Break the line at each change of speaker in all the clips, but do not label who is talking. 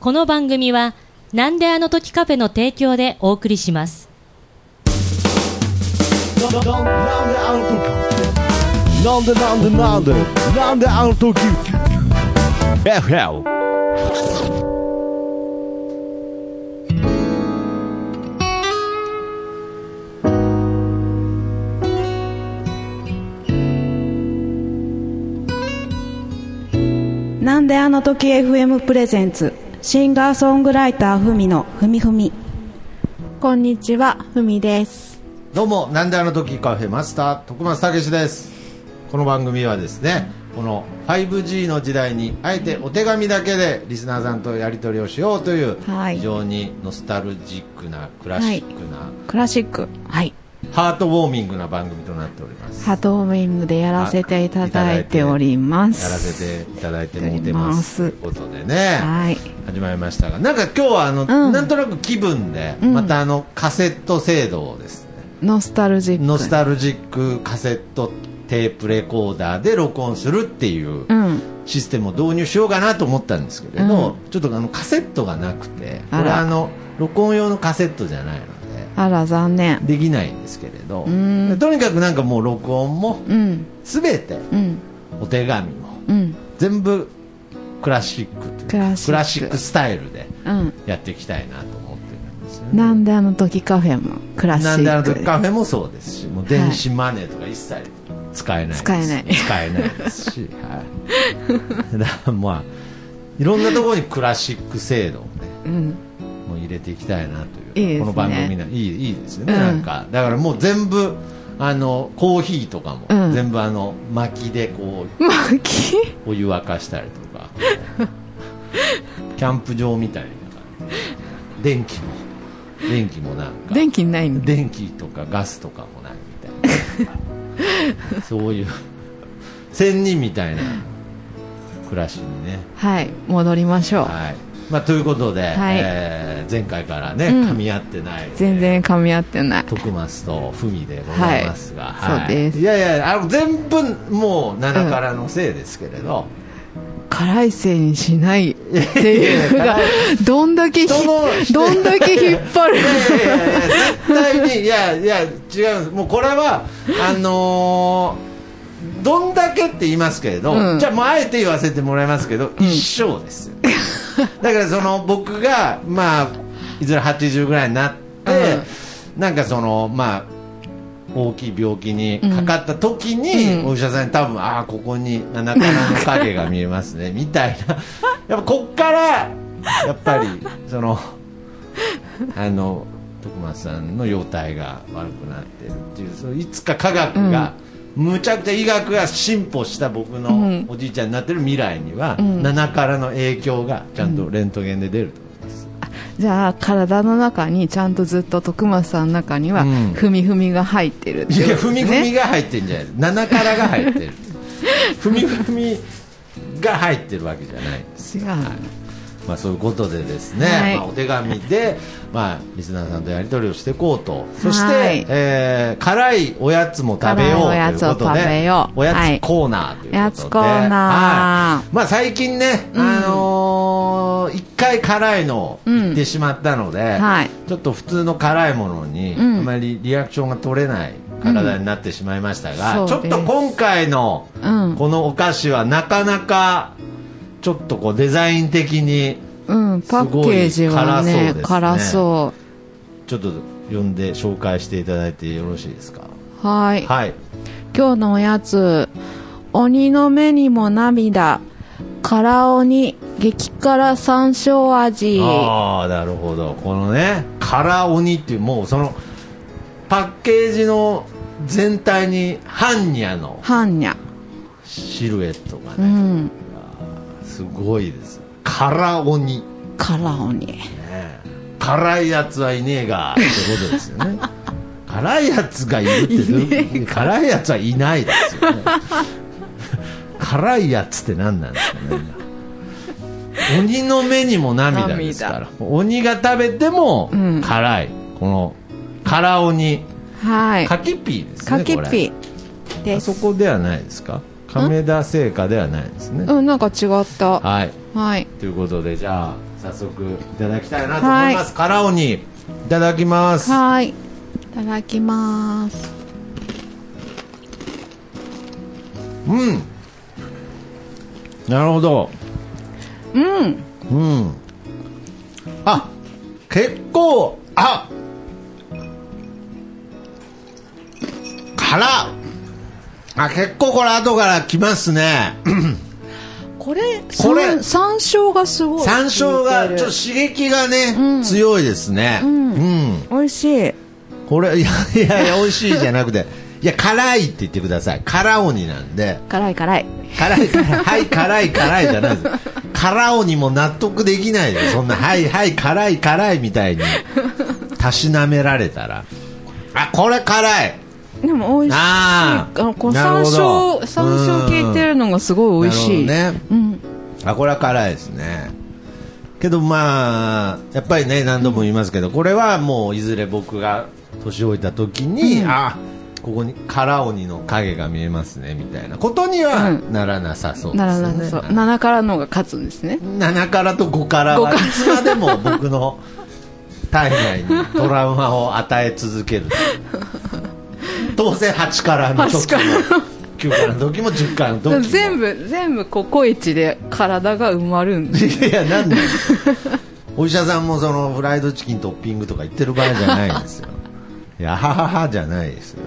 この番組は、なんであの時カフェの提供でお送りします。
なんであの時なんでなんでなんでなんであの時 FL
なんであの時 FM プレゼンツシンガーソングライターふみのふみふみ
こんにちは、ふみです。
どうも、なんであの時カフェマスター、徳松武史です。この番組はですね、この 5G の時代に、あえてお手紙だけでリスナーさんとやり取りをしようという、
はい
非常にノスタルジックな、クラシックな、
クラシック。はい。
ハートウォーミングな番組となっております。
ハートウォーミングでやらせていただいております。
やらせていただいてもてます。と
や
い
っ
う
て
ことでね、
はい。
始まりましたが、なんか今日はあの、
ん
なんとなく気分で、
ん
またあの、カセット制度をですね、
ノスタルジック。
ノスタルジックカセットテープレコーダーで録音するっていう
うん。
システムを導入しようかなと思ったんですけれど、ちょっとあのカセットがなくてこ
あら
れあの録音用のカセットじゃないの
あら、残念。
でできないんですけれど
ん
とにかくなんかもう録音も
うん。
全て
うん。
お手紙も
うん。
全部クラシックというか
クラシック
クラシックスタイルで
うん。
やっていきたいなと思ってるんですよね。
なんであの時カフェもクラシッ
な
ク。
んであの時カフェもそうですし、もう電子マネーとか一切使えないです、
使えない
使えないですし、はい。だからまあ、いろんなところにクラシック制度をね、
うん。
もう入れていきたいなとい
い
う。
いですね
この番組のいい、いいですよね、
うん
なんか。だからもう全部、あの、コーヒーとかも、
うん
全部あの、薪でこう、
マキ
お湯沸かしたりと か、キャンプ場みたいな感じで電気も、電気もなんか。
電気ないんで。
電気とかガスとかもないみたい なそういう仙人みたいな暮らしにね、
はい。戻りましょう。
はいまあ、ということで、
はい
えー前回からね、
うん
噛み合ってない
全然噛み合ってない。
徳松と文でございますが、
はいそうです
いやいやあの全部もう7からのせいですけれど、
辛いせいにしないってい うのが、どんだけひ、
人の
どんだけ引っ張る
いやいやいやいや。絶対にいやいや違うんですもうこれはあのーどんだけって言いますけれど、
うん
じゃあもうあえて言わせてもらいますけど、一生ですよだからその僕がまあいずれ80ぐらいになって、なんかそのまあ大きい病気にかかった時に、
うん
お医者さんに多分ああここにあなたの影が見えますねみたいなやっぱこっからやっぱりそのあの徳松さんの容体が悪くなってるっていうそのいつか科学が、むちゃくちゃ医学が進歩した僕
うん
のおじいちゃんになってる未来には、
ん
7からの影響がちゃんとレントゲンで出ると思います、
じゃあ体の中にちゃんとずっと徳松さんの中には
うん
ふみふみが入ってるって
い
いう
や、
こと
踏
で
み
す
踏み
ね
が入ってんじゃない七からが入ってる。踏み踏みが入ってるわけじゃないんです。
違う
まあ、そういうことでですね、
はい
まあ、お手紙 で、まあ、リスナーさんとやり取りをしていこうと。そして、
はい
えー辛いおやつも食べようと
辛いおや
いう
つを
こと
食
で。
べよう
おや
はい
つコーナーということで。
おやつコーナー
はいまあ、最近ね、あのー一回辛いの言ってしまったので、
はい
ちょっと普通の辛いものに、
ん
あまりリアクションが取れない体になってしまいましたが、
うん
ち
そ
ょ
う
っ
です
と今回の
うん
このお菓子はなかなかちょっとこうデザイン的に
うんパッケージはね
すごい
辛
辛
そ,、
そうちょっと呼んで紹介していただいてよろしいですか
はい
はい
今日のおやつ鬼の目にも涙辛鬼激辛山椒味
ああなるほどこのね「辛鬼」っていうもうそのパッケージの全体に般若の
はんにゃ
シルエットが
う
ね、
ん
すごいです辛鬼
辛鬼
辛いやつはいねえがってことですよね辛いやつがいるってどういう辛いやつはいないですよね辛いやつって何なんですかね鬼の目にも涙ですから鬼が食べても
ん
辛い、この辛鬼
はい
カキピーですね
かき
これ
ピで
あ
す
そこではないですか亀田製菓ではないですね、
うんなんか違った
はい
はい。
ということでじゃあ早速いただきたいなと思います、カラオにいただきます
はい。いただきます。
うんなるほど
うん。
うんあ結構あ辛あ結構これ後からきますね
これ、
これ
山山椒がすごい。
山椒がちょっと
効い
刺激がね、
うん
強いですね、
ん
うん
てる美味しい。
これいやいやいや美味しいじゃなくていや辛いって言ってください辛鬼なんで
辛い辛い。
辛い辛いはい辛い辛いじゃないです辛鬼も納得できないでそんなはいはい辛い辛いみたいにたしなめられたらあこれ辛い
でも美味しい。
あ
あ
ー
のこの
なる
山
ほど
椒、山椒効いてるのがすごい美味しい。
なるほ
うん。
あこれは辛いですねけどまあやっぱりね何度も言いますけどこれはもういずれ僕が年老いた時に、あここに辛鬼の影が見えますねみたいなことには
うん
ならなさそうです
な
ね、
らなさそう。7からのが勝つんですね。
7からと5からはいつまでも僕の体内にトラウマを与え続ける当然8からの時も9からの時も10からの時も
全部、全部ココイチで体が埋まるんで。
いやなんでお医者さんもそのフライドチキントッピングとか言ってる場合じゃないんですよいやはははじゃないですよ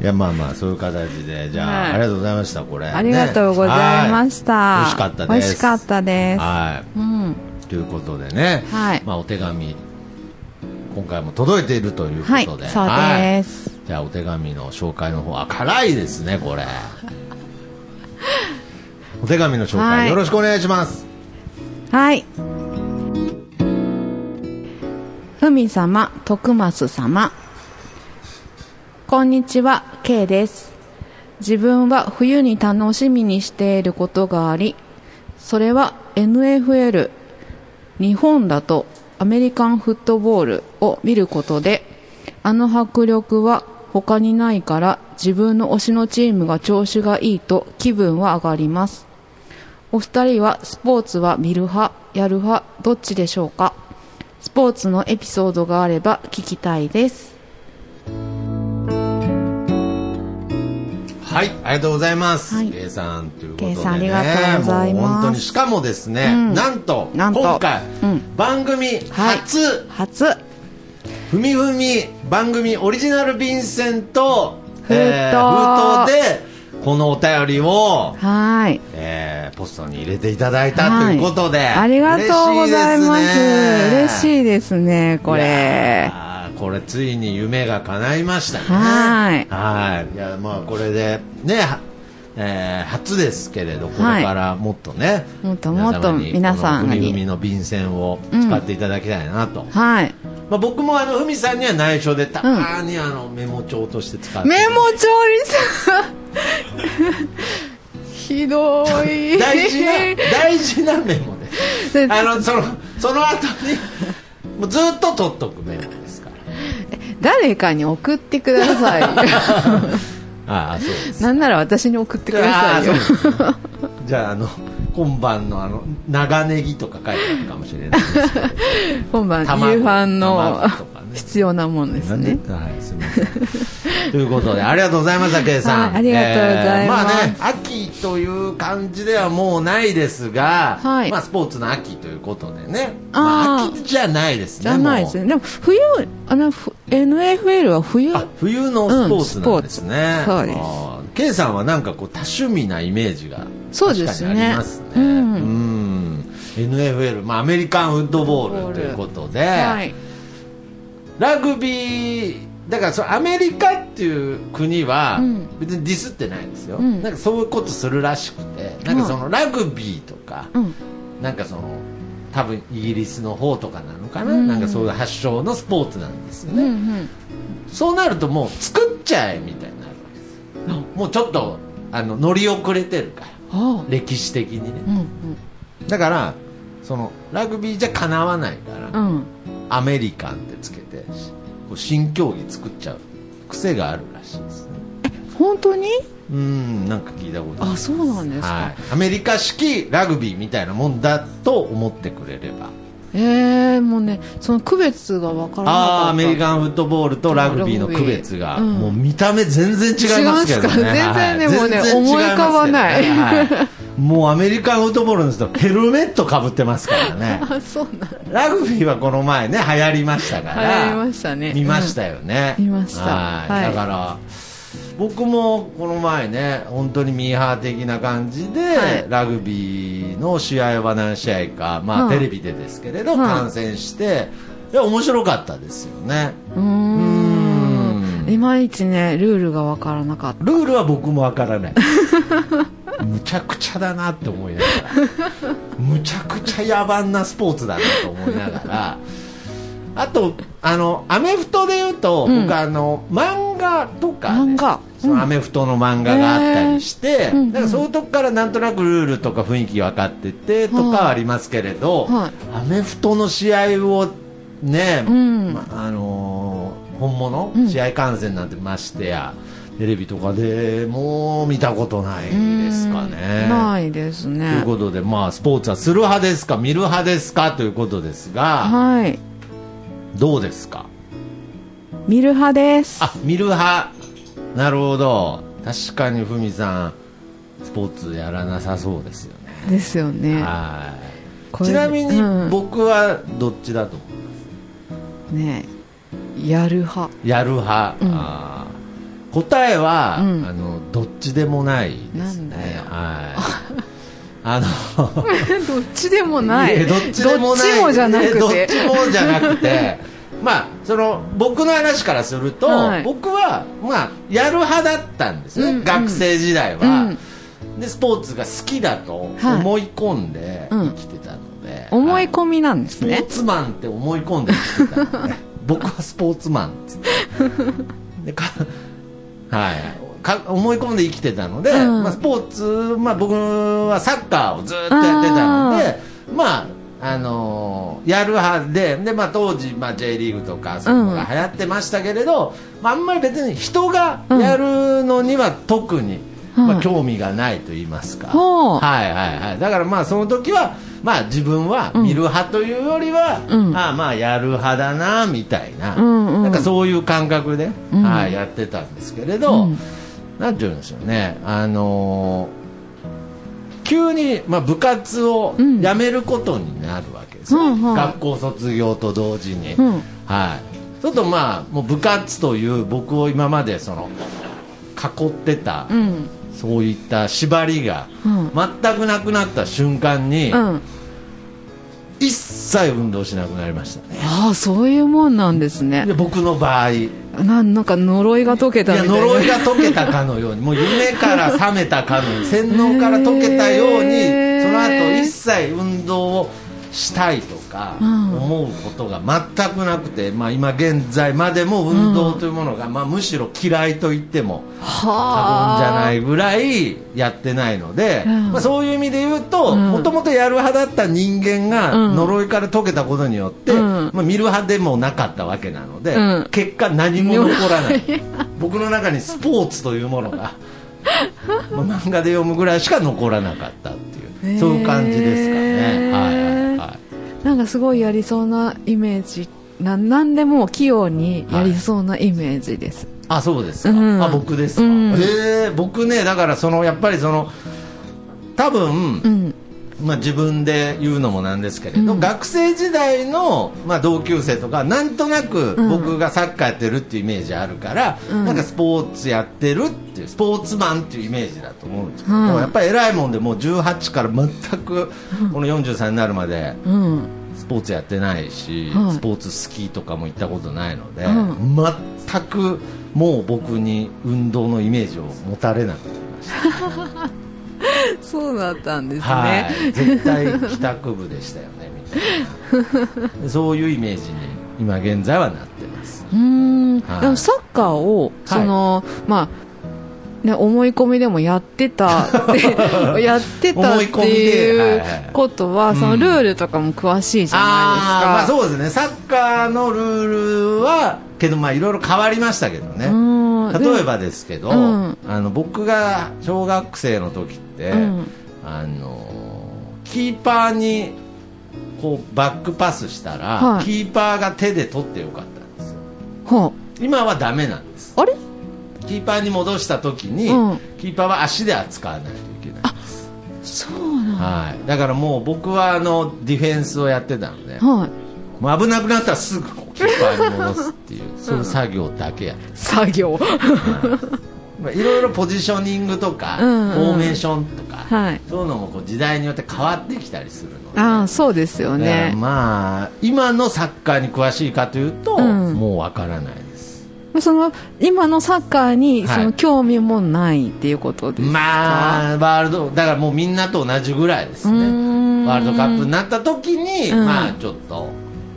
いやまあまあそういう形でじゃあ、
は
あ
い
りがとうございましたこれ
ありがとうございました。
はい美味しかったです
美味しかったです。
はい
うん。
ということでね、
はい
まあ、お手紙今回も届いているということ
はい、
で、
そうで
はい
す。
じゃあお手紙の紹介の方あ辛いですね これお手紙の紹介、
はい
よろしくお願いします
はい。ふみ様、徳松様。こんにちは、K です。自分は冬に楽しみにしていることがあり、それは NFL、日本だとアメリカンフットボールを見ることで、あの迫力は他にないから自分の推しのチームが調子がいいと気分は上がります。お二人はスポーツは見る派、やる派、どっちでしょうかスポーツのエピソードがあれば聞きたいです。
はいありがとうございます、
はい
K さんということで、ね、
K さんありがとうございます
もう本当にしかもですね、
うん
なんと
なんと
今回、
うん
番組初、
初
ふみふみ番組オリジナル便箋と封
封筒
筒でこのお便りを
はい。
えーポストに入れていただいたということで、
はいありがとうございます。嬉し
いですね
いですね、こ
い
れ。
やーこれついに夢が叶いましたね
はい
はいいやまあこれでねはえー初ですけれどこ
は
れ
い
からもっとね、
もっともっと皆さん
にこの
に
ふみふみの便箋を使っていただきたいなと、
はい。
まあ、僕もあのふみさんには内緒でたまにあのメモ帳として使って、
メモ調理さん ひどい。
大事な大事なメモです
で
あのそのその後にもうずっと取っとくメモですから
誰かに送ってくださ い。
ああそうです
なんなら私に送ってくだ
あ
さ
あ
い
そ
よ
う。ですねじゃああの今晩のあの長ネギとか書いてあるかもしれないですけど
今晩
卵
夕飯の
卵とかね
必要なもんですね。
なんではいすみません ということでありがとうございました圭さん、
はいありがとうございます
えーまあね秋という感じではもうないですが、
はい
まあスポーツの秋ということでね
あー
まあ秋じゃないですね
じゃないですね。でも冬あのふ NFL は冬
あ冬のスポーツなんですね、
うんスポーツそうです
あーケイさんはなんかこう多趣味なイメージが
そう
確
で
か
す
に
ね
ありますね
うん
ん NFL、まあ、アメリカンフットボールということで、
はい
ラグビーだからそのアメリカっていう国は
うん
別にディスってないんですよ、
うん
なんかそういうことするらしくてなんかそのラグビーとか、
うん
なんかその多分イギリスの方とかなのかな、
うん
なんかそういう発祥のスポーツなんですよ
う
ね、
んうん
そうなるともう作っちゃえみたいになるわけですよもうちょっとあの乗り遅れてるから
あ
歴史的に
あう
ね
ん
だからそのラグビーじゃかなわないから、
うんうん
アメリカンってつけてこう新競技作っちゃう癖があるらしいですね
本当に
うんなんか聞いたことる
あそうなんですか
はい、アメリカ式ラグビーみたいなもんだと思ってくれれば
えー、もうねその区別がわからなかっ
ああ
た
ーアメリカンフットボールとラグビーの区別が、
うん
もう見た目全然違いますけどね
違いますか全然
は
ね
い
もう
全然違ま
ね
すけど
思い浮かばない
はいもうアメリカンフットボールの人ヘルメットかぶってますからね
あそうなん
ラグビーはこの前ね流行りましたから
流行りましたね
見ましたよね、
うん見ました
はい
はい
だから僕もこの前ね本当にミーハー的な感じで、
はい
ラグビーの試合は何試合か、まあ
はい
テレビでですけれど、
はい
観戦していや面白かったですよね
うーんいまいちねルールがわからなかった
ルールは僕もわからないむちゃくちゃだなって思いながらむちゃくちゃ野蛮なスポーツだなと思いながらあとあのアメフトで言うと、
うん
僕あの漫画とかね、
漫画
そのアメフトの漫画があったりして、
うんうんうん
だからそういうとこからなんとなくルールとか雰囲気分かっててとかはありますけれど、
はい
アメフトの試合をね、
うん
まあのー本物、
うん
試合観戦なんてましてやテレビとかでもう見たことないですかね。
ないです
とい
ね
うことで、まあ、スポーツはする派ですか見る派ですかということですが、
はい
どうですか
見る派です
あ見る派なるほど確かにふみさんスポーツやらなさそうですよね
ですよね
はい
これ
ちなみに
うん
僕はどっちだと思
ねやる派
うやる派、あー答えは、
うん
あのどっちでもないですね
なんだよ
はいあの
どっちでもない。
えどっちでもない
どっちもじゃなく。
えどってちもじゃなくて まあその僕の話からすると、
はい
僕はまあやる派だったんですね、
うんうん
学生時代は、でスポーツが好きだと思い込んで
うん
生きてたので、
思い
は
込みなんです
いス
ね
ポー。ツマンって思い込んで生きてたの で僕はスポーツマンっつってでかはいか思い込んで生きてたので、
うん
まあ、スポーツ、まあ、僕はサッカーをずっとやってたのでまああのーやる派でで、まあ、当時、まあ、J リーグとかそういうのが流行ってましたけれど、まあ、あんまり別に人がやるのには特に、
う
ま
んは
あ、
い
興味がないと言いますか、
ほ
は
う
いはいはい、だからまあその時は、まあ、自分は見る派というよりは、
うん
ああまあやる派だなみたいな,、
うんうん
なんかそういう感覚で、
うん
はいやってたんですけれど、
うん
なんて言うんでしょうね、あのー急に、まあ、部活を辞
うん
めることになるわけですよ、
うんはい
学校卒業と同時に、
うん
はい、ちょっとまあもう部活という僕を今までその囲ってた、
うん。
そういった縛りが
うん
全くなくなった瞬間に、
うん。
一切運動しなくなりましたね
ああ、そういうもんなんです
で
ね。
僕の場合い
なんなんか呪いが解けたみ
や
たいな。
呪いが解けたかの ようにもう夢から覚めたかのように洗脳から解けたように、
へー
その後一切運動をしたいとか
うん
思うことが全くなくて、まあ、今現在までも運動というものが、まあ、むしろ嫌いと言っても過言じゃ
はあ。
ないぐらいやってないので、
うん
まあ、そういう意味で言うと
うん
もともとやる派だった人間が
うん
呪いから解けたことによって、
うん
まあ、見る派でもなかったわけなので、
うん
結果何も残らない僕の中にスポーツというものが、まあ漫画で読むぐらいしか残らなかったっていうそういう感じですかね。
へー
はいはいはい
なんかすごいやりそうなイメージ。なんなんでも器用にやりそうなイメージです。
あそうですか、
うん
あ僕ですか、
うん
えー僕ねだからそのやっぱりその多分、
うん。
まあ、自分で言うのもなんですけれど、
うん
学生時代の、まあ、同級生とかなんとなく
うん
僕がサッカーやってるっていうイメージあるから、
うん
なんかスポーツやってるっていうスポーツマンっていうイメージだと思うんですけど、
うん
でもやっぱり偉いもんでもう18から全くこの43になるまで
うん。
スポーツやってないし、
はい
スポーツスキーとかも行ったことないので、
うん
全くもう僕に運動のイメージを持たれなくて。
そうだったんです
は
ね。
い、絶対帰宅部でしたよねみたいな そういうイメージに今現在はなってます
うーん。
はい
でもサッカーを、その、まあ、ね、思い込みでもやってたってやってたって
思い込みではい
い
はいう
ことは、そのルールとかも詳しいじゃ
ああーま
な
あ
いですか。
そうですねサッカーのルールはけどまあいろいろ変わりましたけどね
うんうんうん
例えばですけど、
うん
あの僕が小学生の時って、
うん
あのキーパーにこうバックパスしたら、
はい
キーパーが手で取ってよかったんですよ
ほ
今はダメなんです
うあれ
キーパーに戻した時に、
うん
キーパーは足で扱わないといけない
そうなん
はい、だからもう僕はあのディフェンスをやってたので、
はい
もう危なくなったらすぐこうキーパーに戻すっていうそういう作業だけやって
作業
まあいろいろポジショニングとか、
うんうん
フォーメーションとか、
はい
そういうのもこう時代によって変わってきたりするので
ああそうですよ
だから
ね
まあ今のサッカーに詳しいかというと、
うん
もうわからないです
その今のサッカーに
はい
その興味もないっていうことですか、
まあワールドだからもうみんなと同じぐらいですね
うーん
ワールドカップになった時に、
うん
まあちょっと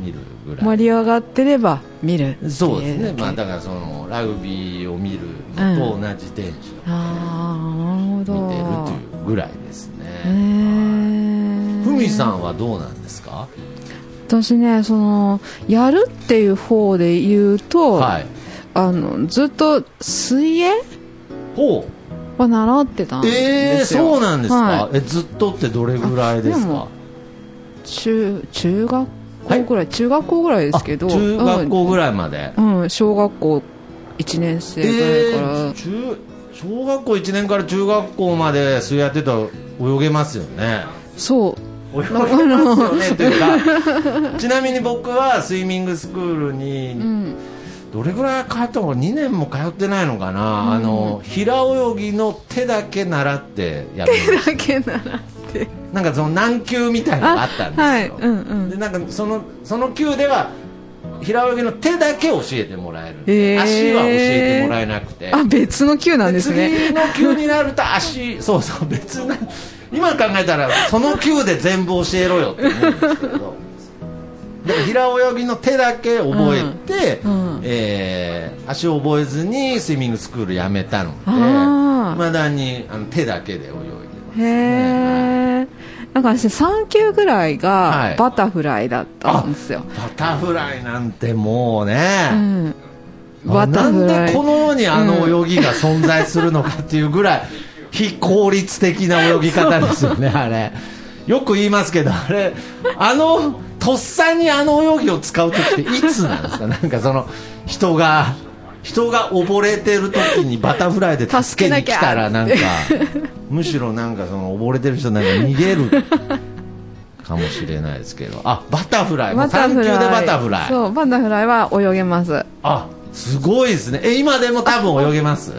見るぐらい
盛り上がってれば見るってい
そうですね、
だけ
まあ、だからそのラグビーを見るのと同じテンシ
ああなる
ョン
ほ
を見てる
ど
というぐらいです
へ
ね。
え
ふみさんはどうなんですか、
私ねそのやるっていう方で言うと、
はい、
あのずっと水泳
ほ
を習ってたん
う
で
えー、
すよ、
そうなんですか、
は
えずっとってどれぐらいです
あで
か
も中中学
は
校
い
ぐらい、中学校ぐらいで
あ
すけど
中学校ぐらいまで、
うん、うん小学校1年生
え
ぐらいから、
ー、中小学校1年から中学校まで水泳やってたら泳げますよね
そう
泳げますよねというか ちなみに僕はスイミングスクールに
うん
どれぐらい通ったの2年も通ってないのかな、あの平泳ぎの手だけ習ってやる
だけならって
なんかその難級みたいなのがあったんですよ、
はいうんうん
でなんかそのその級では平泳ぎの手だけ教えてもらえる、
へー
足は教えてもらえなくて
あ別の級なんですね
次の級になると 足そうそう別な今考えたらその級で全部教えろよって思うんですけどでも平泳ぎの手だけ覚えて、
うんうん
えー足を覚えずにスイミングスクールやめたので
あー
まだにあの手だけで泳いでます
へ
ね。
えなんか私3級ぐらい
は
が
い
バタフライだったんですよ、
バタフライなんてもうね、
うん
あ
バタフ
な
ラ
んで
イ
この世にあの泳ぎが存在するのかっていうぐ らい非効率的な泳ぎ方ですよね、あれ。よく言いますけど、あれ、あの、とっさにあの泳ぎを使う時っていつなん ですかなんかその、人が、人が溺れてる時にバタフライで助けに来たらなんか、むしろなんかその溺れてる人なんか逃げるかもしれないですけど、あ、バタフライ、もう3級でバタフライ。
そうバタフライは泳げます
あすごいですねえ今でも多分泳げます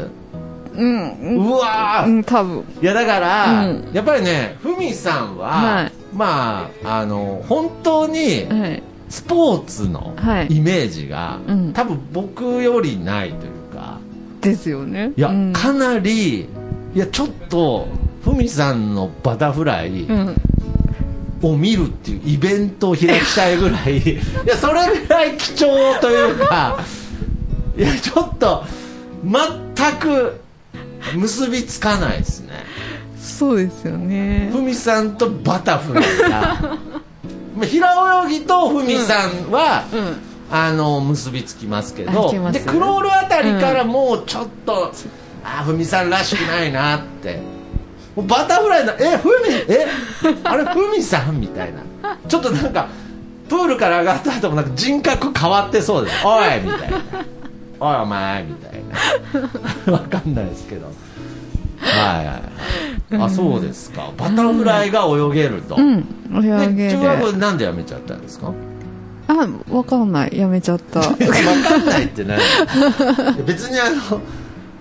うん
うわ
う
ー
ん多分
いやだから、
う
やっぱりねふみさんは、
はい
まああの本当に
はい
スポーツの
はい
イメージが、
うん
多分僕よりないというか
ですよね
いや、
うん
かなりいやちょっとふみさんのバタフライ、
うん
を見るっていうイベントを開きたいぐ らいいやそれぐらい貴重というかいやちょっと全く結びつかないですね
そうですよね
ふみさんとバタフライ がまあ平泳ぎとふみさんは、
うん
あの結びつきますけ
あ
ど
いけます
でクロールあたりからもうちょっと、ああふみさんらしくないなってもうバタフライだえふみえあれふみさんみたいなちょっとなんかプールから上がった後もなんか人格変わってそうですおいみたいなおいお前みたいな わかんないですけどはいはいはいあそうですかバタフライが泳げると、
うん
で
泳げ
中
る
学校でなんでやめちゃったんですか
あわかんないやめちゃっ た
いやわかんないって ない別にあの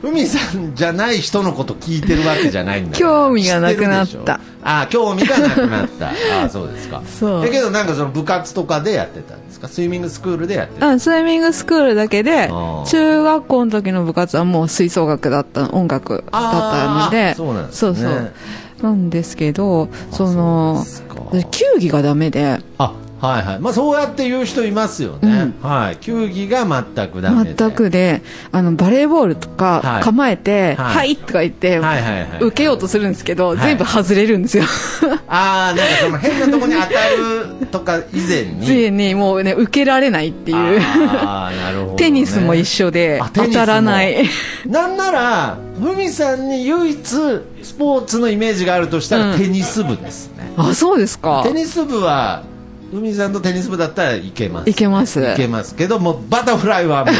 海さんじゃない人のこと聞いてるわけじゃないんだから
興味がなくなった
知てるでしょああ興味がなくなったああそうですか
そう
だけどなんかその部活とかでやってたんですかスイミングスクールでやってた
うん、スイミングスクールだけで
ー、
中学校の時の部活はもう吹奏楽だった、音楽だったの
あー
で、
そうなんですね
そうそうなんですけど、その
そうですか、
球技がダメで、
あはいはいまあ、そうやって言う人いますよね、はい、球技が全くダメで
全くであのバレーボールと
は
か
い
構えて「
は
はいい」とか言って、
はいはいはい
受けようとするんですけど、
い
全部外れるんですよ
ああなんかその変なとこに当たるとか以前に
ついにもうね受けられないっていう
あーなるほどね
テニスも一緒で
あテニ
当
スも
たらない
なんならふみさんに唯一スポーツのイメージがあるとしたら、
うん
テニス部ですね
あそうですか
テニス部はふみさんとテニス部だったらいけます
いけます
いけますけどもうバタフライはも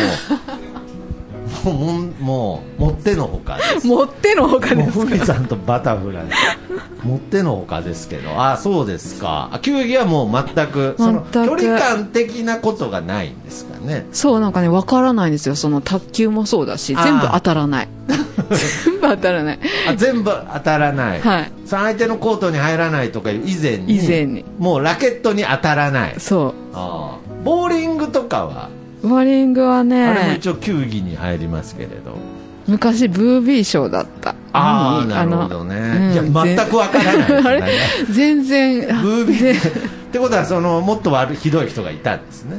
うもうもんもう持ってのほかです
持ってのほか
もう
です
ふみさんとバタフ ライ持ってのほかですけどあそうですかあ球技はもう全くその距
全く
離感的なことがないんですかね
そうなんかねわからないんですよその卓球もそうだし
あー
全部当た らない全部当たらない
あ全部当たらない、
はい
その相手のコートに入らないとかいう以前に
以前に
もうラケットに当たらない
そ
あーボーリングとかは、
うボーリングは
あれも
ね
一応球技に入りますけれど
昔ブービー賞だった
ああ
何
なるほどね、
うん
いや全くわからないですね
あれ全然
ブービ
で
ーってことはそのもっと悪いひどい人がいたんですね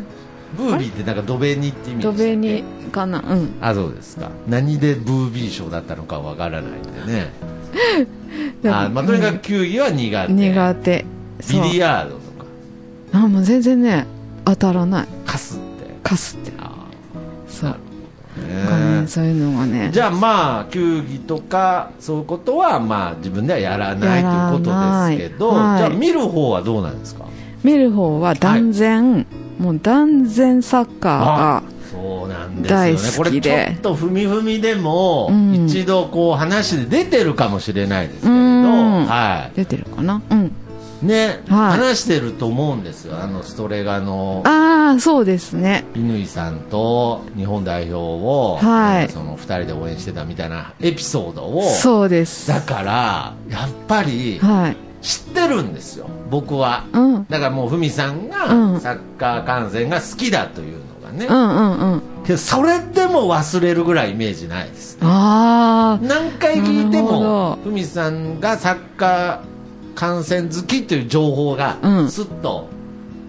ブービーってなんかドベニって意味でした
ド
っけ
ベニかなうん
あそうですか何でブービー賞だったのかわからないんでね
でも
あまあとにかく球技は苦手
苦手そ
ビ
う
リヤードとか
あもう全然ね当たらない
カスって
カスって
あ
そう
ー
なんか
ね
ねそういうのがね
じゃあまあ球技とかそういうことはまあ自分ではやらない
やら
ということ
ない
ですけど、
はい
じゃあ見る方はどうなんですか
見る方は断然、もう断然サッカ
そうなんです
大
よ
好
ね。これ
き
ち
で
ょっと踏み踏みでも、
うん
一度こう話で出てるかもしれないですけれど、
うん
は
ー出てるかなうん
い。ね、
はい
話してると思うんですよ。あのストレガの
ああそうですね
乾さんと日本代表を、
はい
なんかその二人で応援してたみたいなエピソードを、
そうです
だからやっぱり
はい
知ってるんですよ。僕は。
うん
だからもうふみさん
う
が
ん
サッカー観戦が好きだというのがね
う、んうんうん
けどそれでも忘れるぐらいイメージないです。
ああ
何回聞いて
なるほ
も
ど
ふみさんがサッカー観戦好きという情報が
うん
すっと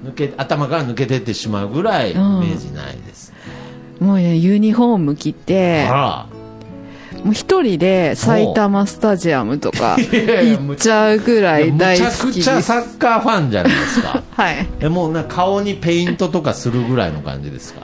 抜け、頭から抜けてってしまうぐらいイメ
うん
ージないです、
もうねユニフォーム着て
あ
もう一人で埼玉スタジアムとか
いやいや
行っちゃうぐ
ら
らい
む
大
ち
好
ゃく
きで
ちゃ
す
サッカーファンじゃないですか
はい
えもうな顔にペイントとかするぐらいの感じですか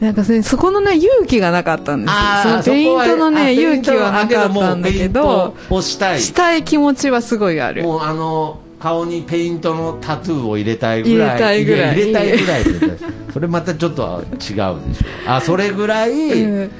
なんかね、そこのね、勇気がなかったんですそのペイントのね、勇気はなかったんだけど、
をしたい
したい気持ちはすごいある。
もうあの顔にペイントのタトゥーを入れたいぐらい
入れたいぐらい
入れたいぐらい入れたいそれまたちょっとは違うでしょあそれぐらい、
うん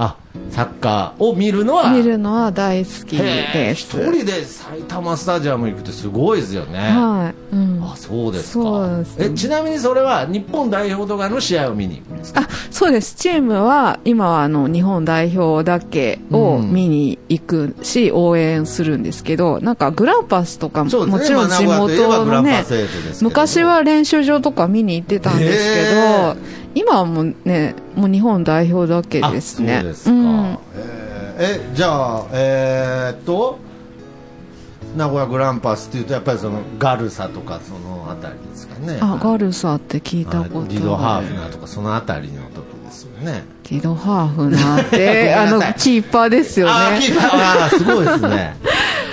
あサッカーを見るのは
見るのは大好き
へー
で
一
す。
人で埼玉スタジアム行くってすごいですよね、
はい。うん。
あそうですか
そうなんですよ
えちなみにそれは日本代表とかの試合を見に行くんですか
あ、そうです。チームは、今はあの、日本代表だけを
うん
見に行くし、応援するんですけど、なんかグランパスとかも、
そうですね
もちろん地
まあ名古屋といえば
元
グラ
の
ンパ
ね
スエイトですけど、
昔は練習場とか見に行ってたんですけど、
へー
今はもうね、もう日本代表だけですね。
あそうですか、
うん
えーえじゃあえーっと名古屋グランパスっていうとやっぱりそのガルサとかそのあたりですかね
あ、ガ
ル
ルサって聞いたことある。
ディドハーフナーとかそのあたりのとこですよね
ディドハーフなっ て、
ごめ
あ
ん
の
なさい、
キーパーですよ
あーキ
ね。
ーパーあーすごいですね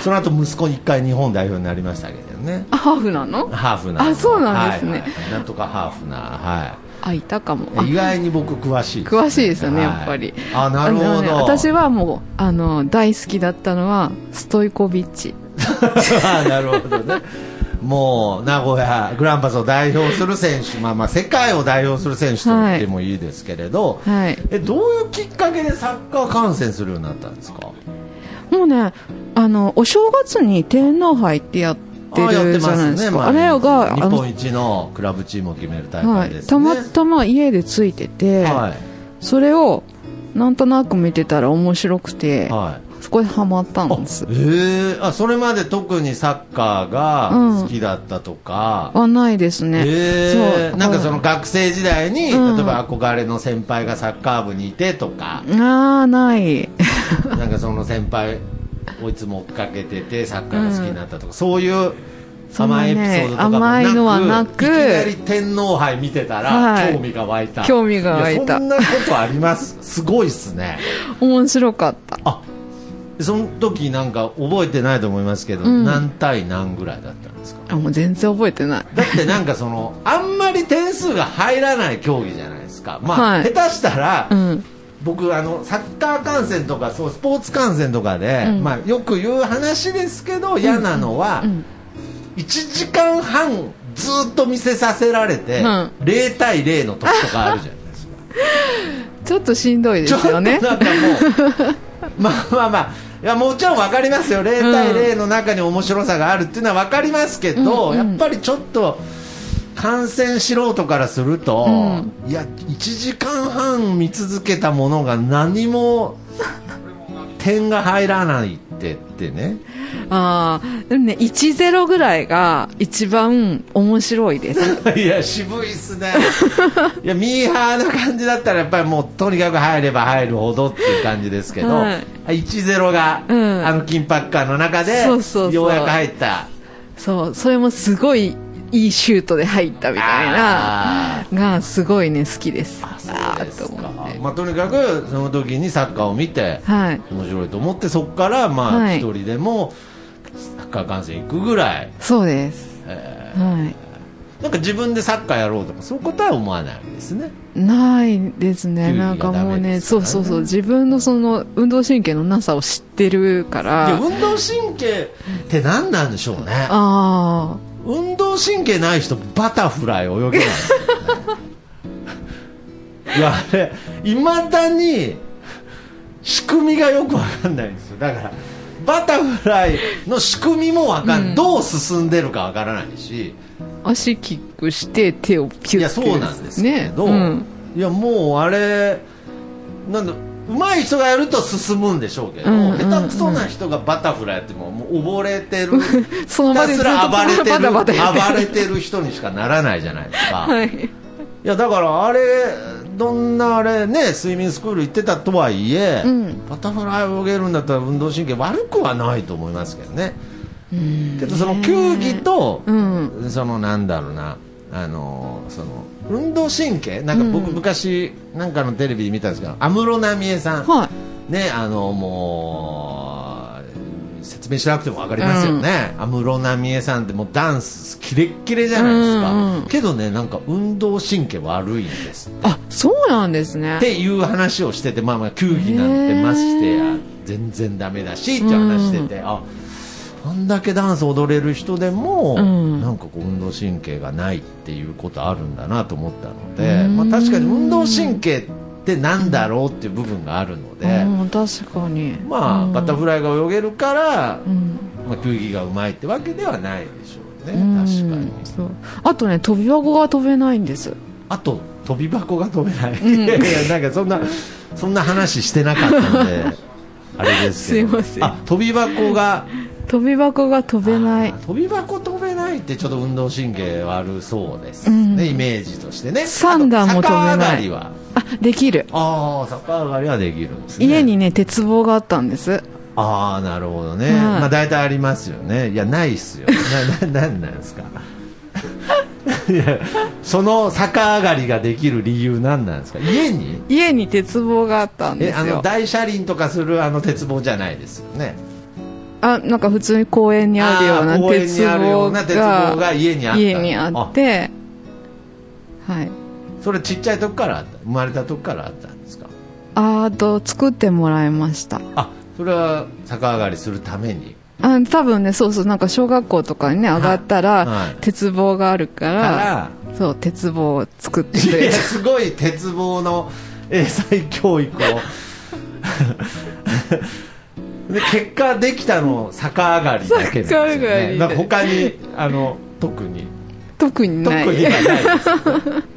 その後息子に一回日本代表になりましたけどね
あハーフなの
ハーフナー
あそうなんですね
はいはいはいなんとかハーフナーはい
あ、いたかも。
意外に僕詳しいですね、
詳しいですよね、
は
やっぱり。
あなるほ
あのね
ど
私はもう、あの、大好きだったのは、ストイコビッチ。
あ ーなるほどね。もう名古屋グランパスを代表する選手、まあ、まあ世界を代表する選手と言ってもいいですけれど、
はい。
えどういうきっかけでサッカー観戦するようになったんですか
もうね、あの、お正月に天皇杯ってやって
あーや
る
って
じゃ
ま
ない
す
で
ね、
す
ま
か。
あ、
あれが、
日
あの
本、一のクラブチームを決める大
は
会で
い。
すね、
たま
ま
たま家でついてて、
はい
それを、なんとなく見てたら面白くて、
はい
そこでハマったんです
え。ー、あそれまで特にサッカーが好きだったとか、
はないですね。
え
そう
なんかその学生時代に、
うん
例えば憧れの先輩がサッカー部にいてとか、
ああ、ない。
なんかその先輩をいつも追っかけててサッカーが好きになったとか、そういう
そんな
甘いエピソ
ね
ードとかも
甘いのはなく
いきなり天皇杯見てたら、
はい
興味が湧いた
興味が湧いた
やそんなことあります すごいっすね
面白かった
あその時なんか覚えてないと思いますけど、
ん
何対何ぐらいだったんですか
あもう全然覚えてない
だってなんかそのあんまり点数が入らない競技じゃないですかまあ、
はい
下手したら、
うん
僕あのサッカー観戦とかそうスポーツ観戦とかで、まあ、よく言う話ですけど嫌なのは、1時間半ずっと見せさせられて、
うん
0対0の時とかあるじゃないですか
ちょっとしんどいで
ちょっ
す
とな
よ
ん
ね
かもうまあまあまあいやもちろん分かりますよ0対0の中に面白さがあるっていうのは分かりますけど、やっぱりちょっと観戦素人からすると、いや1時間半見続けたものが何も点が入らないってってね
あーでもね10ぐらいが一番面白いです
いや渋いっす ねいやミーハーな感じだったらやっぱりもうとにかく入れば入るほどっていう感じですけど、
は
1-0が、
うん
あの緊迫感の中で
そうそうそう
ようやく入った
そうそれもすごいいいシュートで入ったみたい
あ
ながすごいね好きです
そうです
あーと思っ
か
て、
まあ、とにかくその時にサッカーを見て、
はい
面白いと思ってそこからまあ
はい
一人でもサッカー観戦行くぐらい、
そうです、
え
はい
ーなんか自分でサッカーやろうとかそういうことは思わないわけですね
ないですね
球技が
なんかもう
ダメ
ね
ですか
そ
ら
う
ね
そうそう自分のその運動神経のなさを知ってるか
いや
ら
運動神経って何なんでしょうね
あ
運動神経ない人バタフライ泳げない、いやあれいまだに仕組みがよくわかんないんですよだからバタフライの仕組みもわかん、どう進んでるかわからないし
あ足キックして手をピュッて
いやそうなんですけど、
うん
いやもうあれなんだ上手い人がやると進むんでしょうけど、
うんうんうん
下手くそな人がバタフライやってももう溺れてる
その
ひた
場ですずっと
ら暴れて
バタ
る
バタやって
暴れてる人にしかならないじゃないですか、
はい
いやだからあれどんなあれねスイミングスクール行ってたとはいえ、バタフライ泳げるんだったら運動神経悪くはないと思いますけどねけどその球技と、
うん
そのなんだろうなあのその運動神経なんか僕昔なんかのテレビで見たんですけど安室奈美恵さん、
はい
ねあのもう説明しなくても分かりますよね安室奈美恵さんってもうダンスキレッキレじゃないですか、
うんうん
けどねなんか運動神経悪いんですっ
あそうなんですね
ていう話をしててまあまあ球技なんてまして
へ
や全然ダメだしって話してて、ああんだけダンス踊れる人でも、
ん
なんかこう運動神経がないっていうことあるんだなと思ったので、まあ、確かに運動神経ってなんだろうっていう部分があるので、
うん確かに
まあ、バタフライが泳げるから、
うん
まあ、球技がうまいってわけではないでしょうね、確かに
うんそうあとね飛び箱が飛べないんです
あと飛び箱が飛べない、いやいやなんかそんなそんな話してなかったんで あれですけど
すいません
あ飛び箱が
飛び箱が飛べない
あー飛び箱飛べないってちょっと運動神経悪そうですね、イメージとしてね
三段も飛べない
あと逆上がりは
あできる
ああ逆上がりはできるんですね
家にね鉄棒があったんです
ああなるほどね、
はい
まあ大体ありますよねいやないっすよなななんなんですかいやその逆上がりができる理由なんなんですか家に
家に鉄棒があったん
え
です
あの
よ
大車輪とかするあの鉄棒じゃないですよね
あなんか普通に公園にあるような
あー公園
鉄
にあるよ
棒
うな鉄棒が
が
家にあった
家にあってはい
それちっちゃい時からあった生まれた時からあったんですか
あーと作ってもらいました
あそれは逆上がりするために
あ多分ねそうそうなんか小学校とかにね上がったら、
はい
鉄棒があるか
から
そう鉄棒を作って
い
くれ
や
た
すごい鉄棒の英才教育をで結果できたの逆上がりだけなんです
逆上が
よ
り
ね
で
なんか他にあの特に
特に
特
ない
にはないです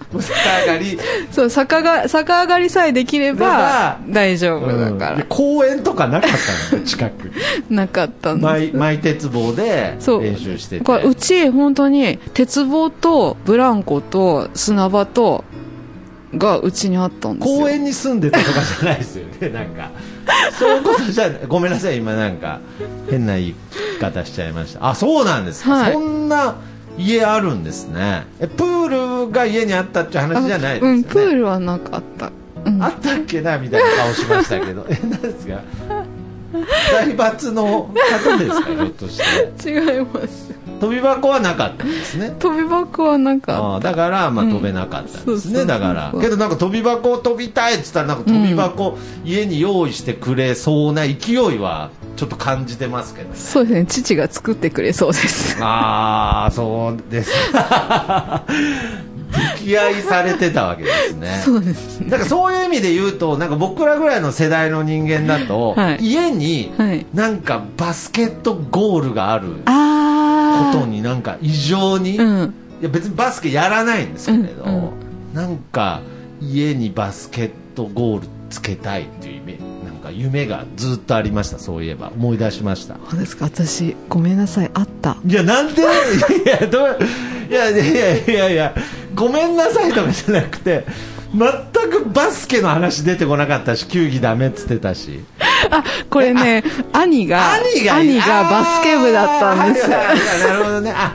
逆上がり
そう逆が逆上がりさえできれば
だ
大丈夫だか
うん公園とかなかったの近く
ら、なかったんで
マイマイ鉄棒で
そう
練習して
すこれう
て
ち本当に鉄棒とブランコと砂場とがうちにあったんですよ
公園に住んでたとかじゃないですよねなんかそういうことじゃごめんなさい今なんか変な言い方しちゃいましたあそうなんですか、
はい
そんな家あるんですねえプールが家にあったって話じゃないですよ
う
ね
んプールはなかった、うん、
あったっけなみたいな顔しましたけどえ何ですか財閥の方ですかひょっと して
違います
飛び箱はなかったんですね
飛び箱はなん
あ
か
あだから、まあ、飛べなかったんですね、
そうそうそうそう
だからけどなんか飛び箱を飛びたいって言ったらなんか飛び箱、家に用意してくれそうな勢いはちょっと感じてます けど
そうですね父が作ってくれそうです
ああそうです 溺愛されてたわけですね
そうです
だからそういう意味で言うとなんか僕らぐらいの世代の人間だと、
はい
家に
はい
なんかバスケットゴールがあるこ
あ
とになんか異常に、
うん
いや別にバスケやらないんですけれど、
うんう
なんか家にバスケットゴールつけたいっていう夢なんか夢がずっとありましたそういえば思い出しました
そうですか私ごめんなさいあった
いやなんで いやどういやいやいやいやごめんなさいとかじゃなくて全くバスケの話出てこなかったし球技ダメっつってたし
これね兄が
兄が
がバスケ部だったんです
あーなるほどねあ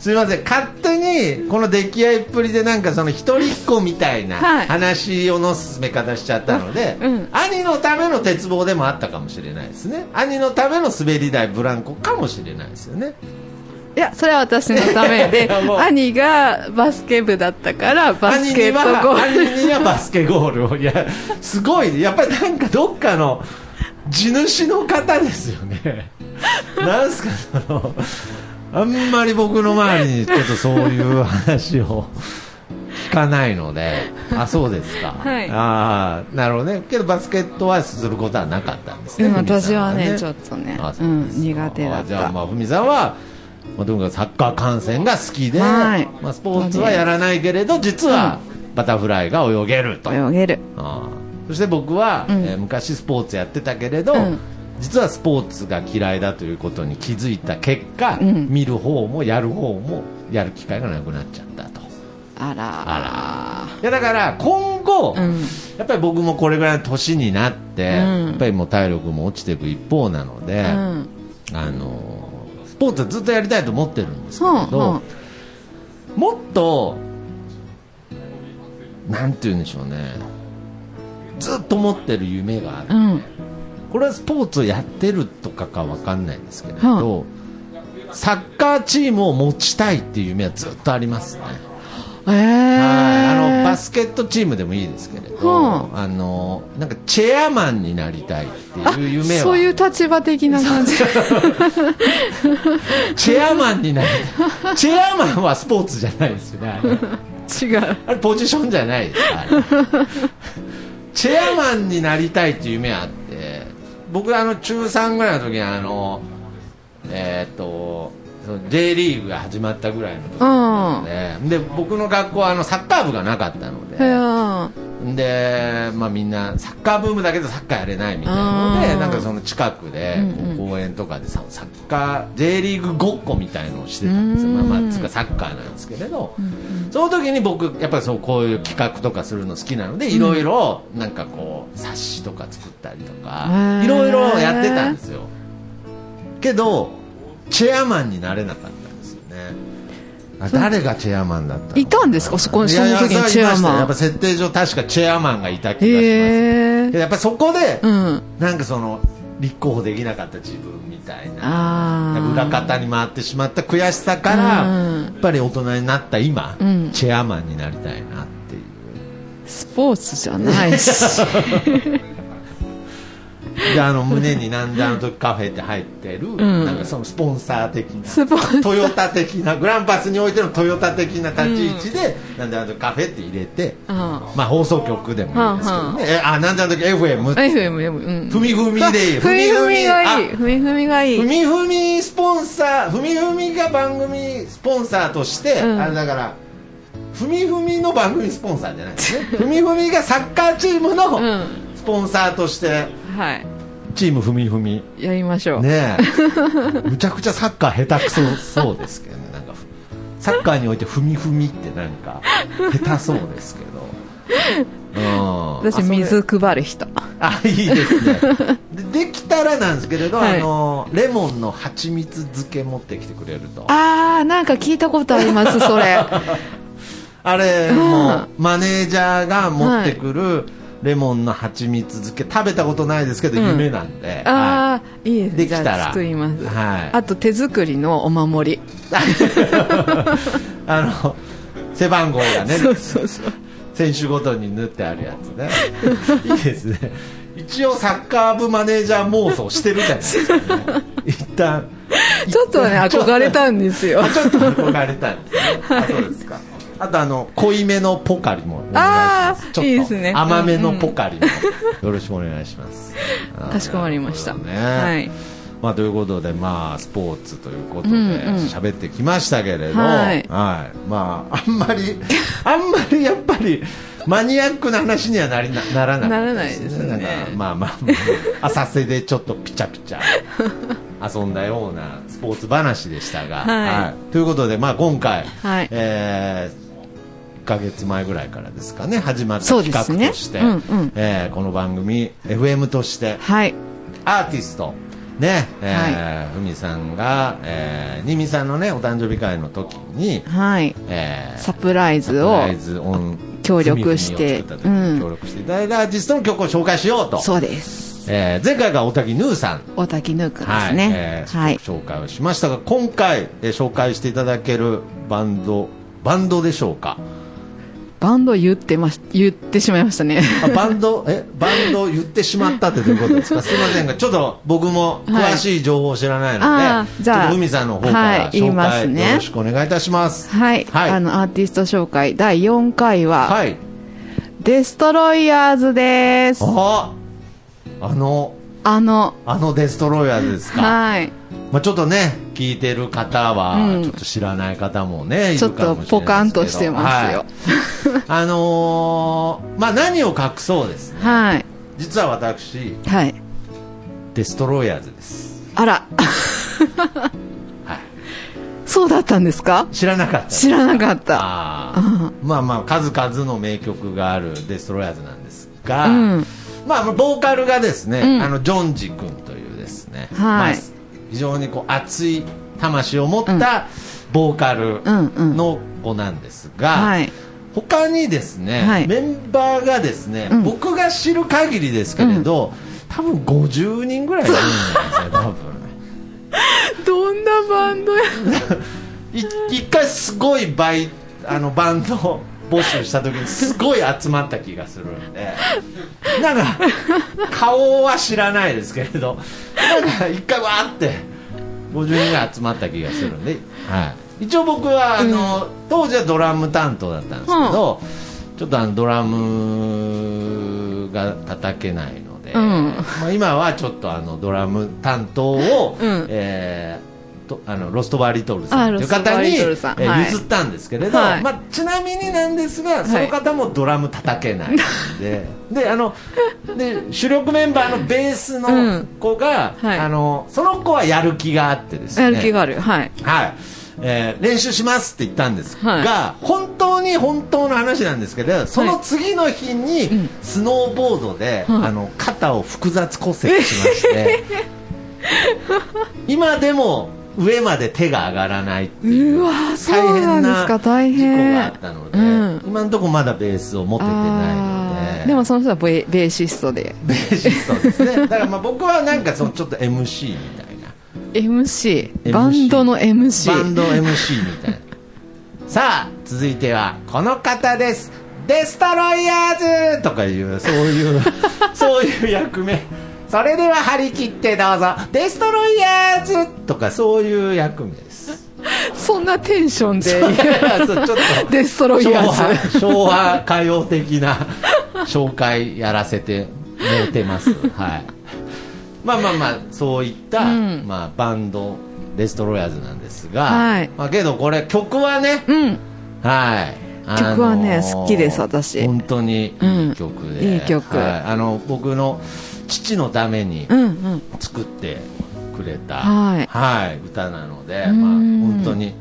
すみません勝手にこの出来合いっぷりでなんかその一人っ子みたいな
はい
話をの進め方しちゃったので、
うん
兄のための鉄棒でもあったかもしれないですね兄のための滑り台ブランコかもしれないですよね
いやそれは私のた め
い
で
やもう
兄がバスケ部だったからバスケットゴー
兄には兄にはバスケゴールをいやすごいやっぱりなんかどっかの地主の方ですよねなんすかそのあんまり僕の周りにちょっとそういう話を聞かないのであそうですか、
はい
ああなるほどねけどバスケットはすることはなかったんです
ル
ね、
うん
ふみさん
私はねちょっとね
あ、
う、
そうんですか
苦手だ
あ
っ
じゃあ、
た
まあ、ふみさんは、まあ、とにかくサッカー観戦が好きで、
はい
まあ、スポーツはやらないけれど、実はバタフライが泳げると。あ
泳げる
あそして僕は、
うん
えー昔スポーツやってたけれど、
うん
実はスポーツが嫌いだということに気づいた結果、
うん
見る方もやる方もやる機会がなくなっちゃったと。
あら
あいやだから今後、
うん
やっぱり僕もこれぐらいの年になって、
うん
やっぱりもう体力も落ちていく一方なので、
うん
あのースポーツはずっとやりたいと思ってるんですけ
そ
れ
う、
ど、
うん
もっとなんて言うんでしょうねずっと持ってる夢がある、
うん、
これはスポーツをやってるとかかわかんないんですけれど、サッカーチームを持ちたいっていう夢はずっとありますね、
え
は
え
いあのバスケットチームでもいいですけれど、
は
あのなんかチェアマンになりたいっていう夢は
そういう立場的な感じ
チェアマンになりたいチェアマンはスポーツじゃないですよねあれ
違う
あれポジションじゃないですあれチェアマンになりたいっていう夢あって僕あの中3ぐらいの時にあのえーっとその J リーグが始まったぐらいの時なのでで僕の学校はあのサッカー部がなかったので
へー
で、まあ、みんなサッカーブームだけどサッカーやれないみたいなので
あー
なんかその近くで
うんうん
こう公園とかでさサッカー J リーグごっこみたいのをしてたんですよ、まあまあ、つうかサッカーなんですけれど、その時に僕やっぱりそうこういう企画とかするの好きなのでいろいろなんかこう冊子とか作ったりとか
へー
いろいろやってたんですよけどチェアマンになれなかったんですよねあ誰がチェアマンだったの
いたんですかそこ
い
そ
やい
の
や
時に
そ
チ
れ
ェ
はいま
ア
したよや
マ
っぱ
ン
設定上確かチェアマンがいた気がします、
へ
で
え
やっぱそこで、
うん
なんかその立候補できなかった自分みたいな
あ
なん
あ
か裏方に回ってしまった悔しさから、
うん
やっぱり大人になった今、
うん
チェアマンになりたいなっていう
スポーツじゃない し
であの胸になんであの時カフェって入ってる、
ん
なんかそのスポンサー的な
スポーツ
トヨタ的なグランパスにおいてのトヨタ的な立ち位置で、なんであの時カフェって入れて、
うん
まあ放送局でもいいですけどね、えあなんであの時 FM って
FM うん
ふみふみでいい。
ふみふみがいい
あ
ふみふみがい
ふ
い
みふみスポンサー、ふみふみが番組スポンサーとして、
うん
あれだから、ふみふみの番組スポンサーじゃないです ね。ふみふみがサッカーチーム
う
の
ん
スポンサーとして、
はい
チームふみふみ。
やりましょう
ねえ。むちゃくちゃサッカー下手くそそうです けどね。なんか、サッカーにおいてふみふみってなんか、下手そうですけど。うん
私水配る人
あいいですね でできたらなんですけれど、
はい
あのレモンの蜂蜜漬け持ってきてくれるとあ
あーなんか聞いたことありますそ れ
れ
ん
もうマネージャーが持ってくるレモンの蜂蜜漬け食べたことないですけど、
うん
夢なんで、
ああ、い、いです
できたら
じゃあ作ります、
はい
あと手作りのお守り
はい、 あの背番号がね
そうそうそう
選手ごとに縫ってあるやつね いいですね一応サッカー部マネージャー妄想してるじゃないです か、ね、一旦
ちょっ とね
一旦
憧れたんですよ
あちょっと憧れたんですね、あそうですかあとあの濃いめのポカリもお願いします
あー
ちょっと
いいですね
甘めのポカリもよろしくお願いしますあー
かしこまりました、
なるほど
はい
まあ、ということで、まあ、スポーツということで
うんうん
喋ってきましたけれど、
はい
はいまあ、あんまり あんまりやっぱりマニアックな話にはなりなならない
ならないですね
なんかまあまあ、まあ、浅瀬でちょっとピチャピ チャ遊んだようなスポーツ話でしたが、
はい
ということで、まあ、今回、
はい
え1ヶ月前ぐらいからですかね始まった
そう
企
で
画
すね
として、
うんうん
えーこの番組 FM として
はい
アーティスト、ね、えーふみ、さんが、えーにみさんのね、お誕生日会の時に、
はい
えー
サプライズを
ライズオン
協力して
ふみふみを作った時に
うん
協力していただいたアーティストの曲を紹介しようと。
そうです
えー前回が大滝ヌーさん。
大滝ぬーくんです
はい、
ね
えー
はい、
紹介をしましたが、今回、えー紹介していただけるバンド、バンドでしょうか。
バンド言ってまし言ってしまい ましたね
あバンド、え、バンド言ってしまったってどういうことですかすいませんが、ちょっと僕も詳しい情報を知らないので、
はいあーじゃあ
ちょっと海さんの方から
はい言い
紹
ます
介、
ね
よろしくお願いいたします。
はい、
はい。
あのアーティスト紹介第4回は、
はい。
デストロイヤーズです
あああの、
あの
あのデストロイヤーですか。
はい
まあちょっとね、聞いてる方は、
うん
ちょっと知らない方もね、い
ちょ
る
っ
かも
と
しれないですけど
ポカンとしてますよ。
はいあのーまあ何を隠そうですね。
はい
実は私、
はい
デストロイヤーズです。
あら
はい。
そうだったんですか
知らなかったです
知らなかった
あーまあまあ数々の名曲があるデストロイヤーズなんですが、
うん
まあボーカルがですね、
うん
あのジョンジ君というですね、
い
まあ非常にこう熱い魂を持ったボーカル
うんうん
の子なんですが、
はい
他にですね、
はい
メンバーがですね、
うん
僕が知る限りですけれど、多分50人ぐらいいるんじゃないですか多分。
どんなバンドや
い一回すごいバイあのバンドを募集した時にすごい集まった気がするんでなんか顔は知らないですけれどなんか一回わーって50人ぐらい集まった気がするんで、はい、一応僕はあの、当時はドラム担当だったんですけど、ちょっとあのドラムが叩けないので、
うん
まあ、今はちょっとあのドラム担当を、
うん
えーとあのロストバーリトルさんという
あ
方
ロ
に、え
ストバーリトルさん
ー
はい
譲ったんですけれど、
はい
まあ、ちなみになんですが、その方もドラム叩けないん でであので主力メンバーのベース
う
の
ん
子が、
はい
あのその子はやる気があってですね
やる気があるはい
はいえー練習しますって言ったんですが、
は
本当に本当の話なんですけどその次の日に
うん
スノーボードで、
はい
あの肩を複雑骨折しま して、今でも上まで手が上がらないっていう
うわーそうなんですか大変
事故があったので、
うん
今のところまだベースを持ててないの
あ
で
ーでもその人はベベーシストで
ベーシストですねだからまあ僕はなんかそのちょっと MC みたいな。
MC
MC
バンドの MC
バンド MC みたいな。さあ、続いてはこの方です。デストロイヤーズとかいう、そういう、そういう役目。それでは張り切ってどうぞ。デストロイヤーズとかそういう役目です。
そんなテンションで
い やいやそうちょっと
デストロイヤーズ
昭和昭和歌謡的な紹介やらせてもうてますはいまあまあまあそういった、
うん
まあ、バンドデストロイヤーズなんですが、
はい
まあ、けどこれ曲はね、
うん
はい
曲はね好きです私
本当にいい曲で、
うんいい曲
はいあの僕の父のために
うんうん
作ってくれた、
はい
はい歌なので、まあ、
うん
本当に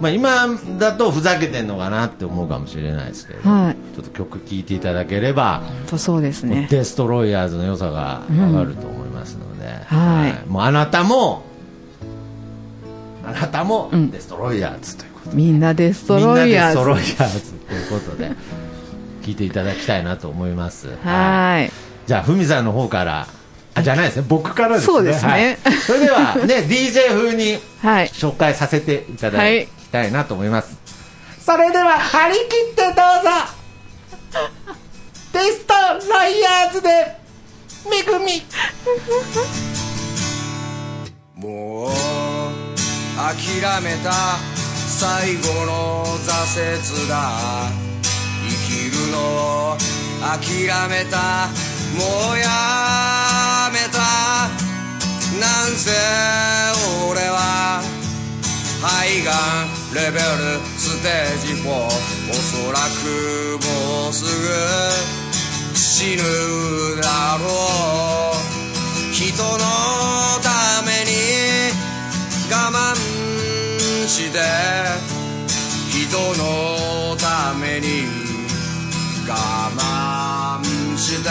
まあ、今だとふざけてんのかなって思うかもしれないですけど、
はい
ちょっと曲聴いていただければ、
とそうですね
デストロイヤーズの良さが上がると思いますので、
はい
もうあなたもあなたもデストロイヤーズということで、
みんなでストロイヤ
みんなデストロイヤ
ーズ
ーズということ で聴いていただきたいなと思います。
はい
じゃあ、ふみさんの方から、あ、じゃないですね、僕からですね。
そうですね
はいそれでは、ね、DJ 風に
はい
紹介させていただ
はい
きたいなと思います。それでは、張り切ってどうぞテストライヤーズで、めぐみ
もう諦めた最後の挫折が生きるのを諦めたもうやめたなんせ俺は肺がんレベルステージ4おそらくもうすぐ死ぬだろう人のために我慢して人のために我慢して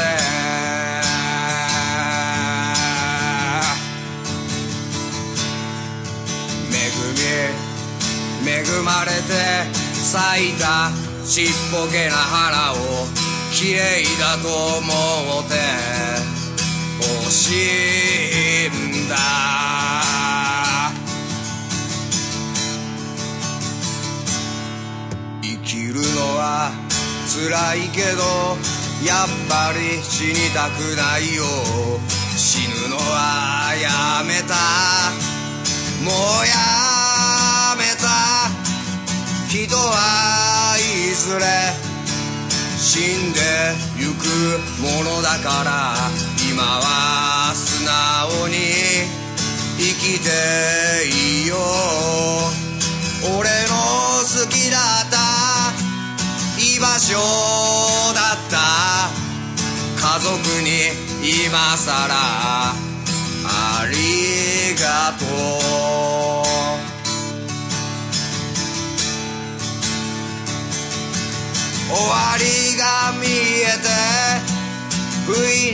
恵み恵まれて咲いたちっぽけな花を綺麗だと思って欲しいんだ生きるのは辛いけどやっぱり死にたくないよ死ぬのはやめたもうやめた人はいずれ死んでゆくものだから今は素直に生きていいよ俺の好きだった居場所だった家族に今さらありがとう終わりが見えて不意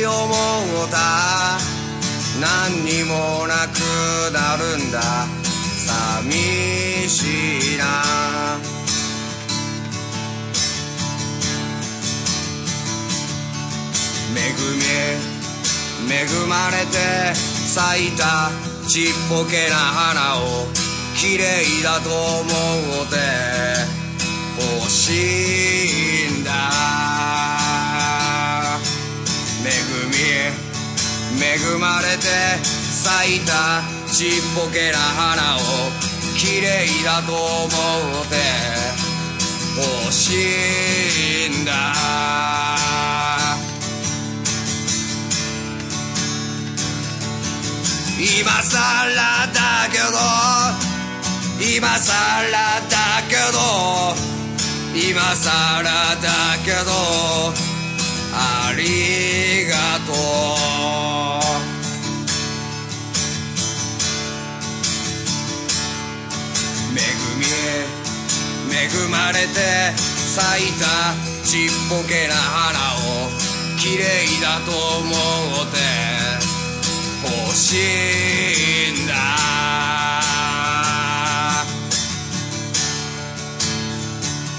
に思った何にもなくなるんだ寂しいな恵み恵まれて咲いたちっぽけな花を綺麗だと思うて欲しいんだ恵み恵まれて咲いたちっぽけな花を綺麗だと思うて欲しいんだ今さらだけど今さらだけど今さらだけどありがとう恵み恵まれて咲いたちっぽけな花を綺麗だと思って欲しいんだ我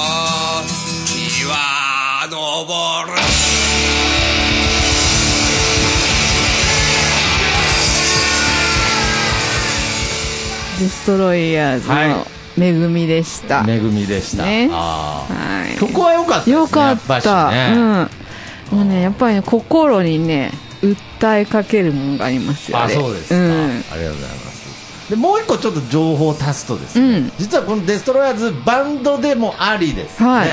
木は登る
デストロイヤーズ
は
の恵みでした、
めぐみでした。
ね
あー
はい
曲は良かったですね。
よかっ
やぱ
た
しね
うんもうねやっぱりね心にね訴えかけるもんがありますよね
あそうですか、
うん
ありがとうございますでもう一個ちょっと情報を足すとですね、
うん
実はこのデストロイヤーズバンドでもありですね、
はい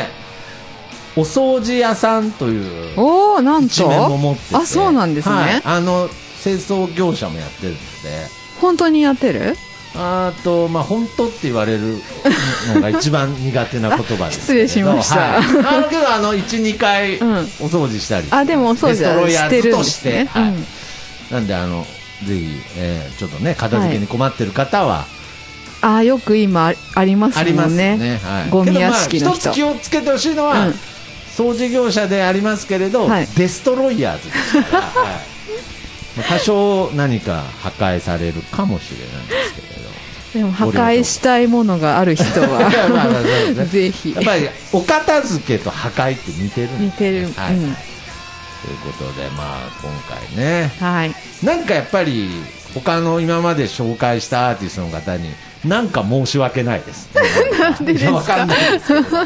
お掃除屋さんという
おおなん
一面も持
と
ってて
あそうなんですね、
はいあの清掃業者もやってるんで
本当にやってる
あーとまあ本当って言われるのが一番苦手な言葉ですけ ど
失礼しました
はいあのけどあの12回お
うん
掃除したり、
あでもお掃
デ
除は
ストロイヤーズとし
してるんです
て
ね
はい
うん
なんであのぜひ、えーちょっとね片付けに困ってる方は
ああよく今ああります
あり
も
ます
ん
ね
ね
はい、
ゴミ屋
け
敷の
どまあ一
人
つ気をつけてほしいのは、
うん
掃除業者でありますけれど、
はい
デストロイヤーズです から、はい多少何か破壊されるかもしれないですけれど
でも破壊したいものがある人
まあまあまあそうですね
はぜひ
やっぱりお片付けと破壊って似てるんですね
似てる
はい
うん
ということでまあ今回ね
はい
なんかやっぱり他の今まで紹介したアーティストの方になんか申し訳ないです、なんでですかわかんないですけどい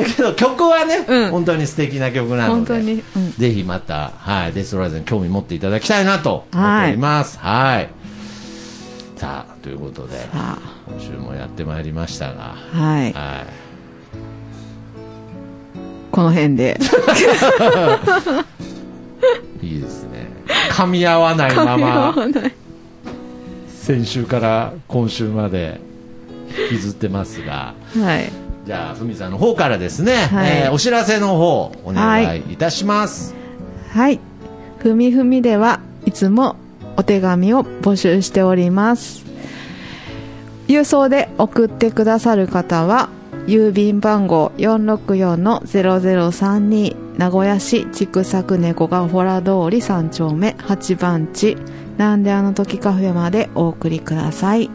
やけど曲はね、
うん
本当に素敵な曲なの
本
で
当にうん
ぜひまた、はい、デストロイヤーズに興味持っていただきたいなと思っておりますはい、さあということで
あ
今週もやってまいりましたが
ーはい
はい
この辺で
いいですね。噛み合わないま ま、先週から今週まで引きずってますが、
はい
じゃあ、ふみさんの方からですね、
はい
えーお知らせの方、お願いいたします。
はい。ふみふみではいつもお手紙を募集しております。郵送で送ってくださる方は、郵便番号464-0032名古屋市千作猫がほら通り3丁目8番地なんであの時カフェまでお送りください。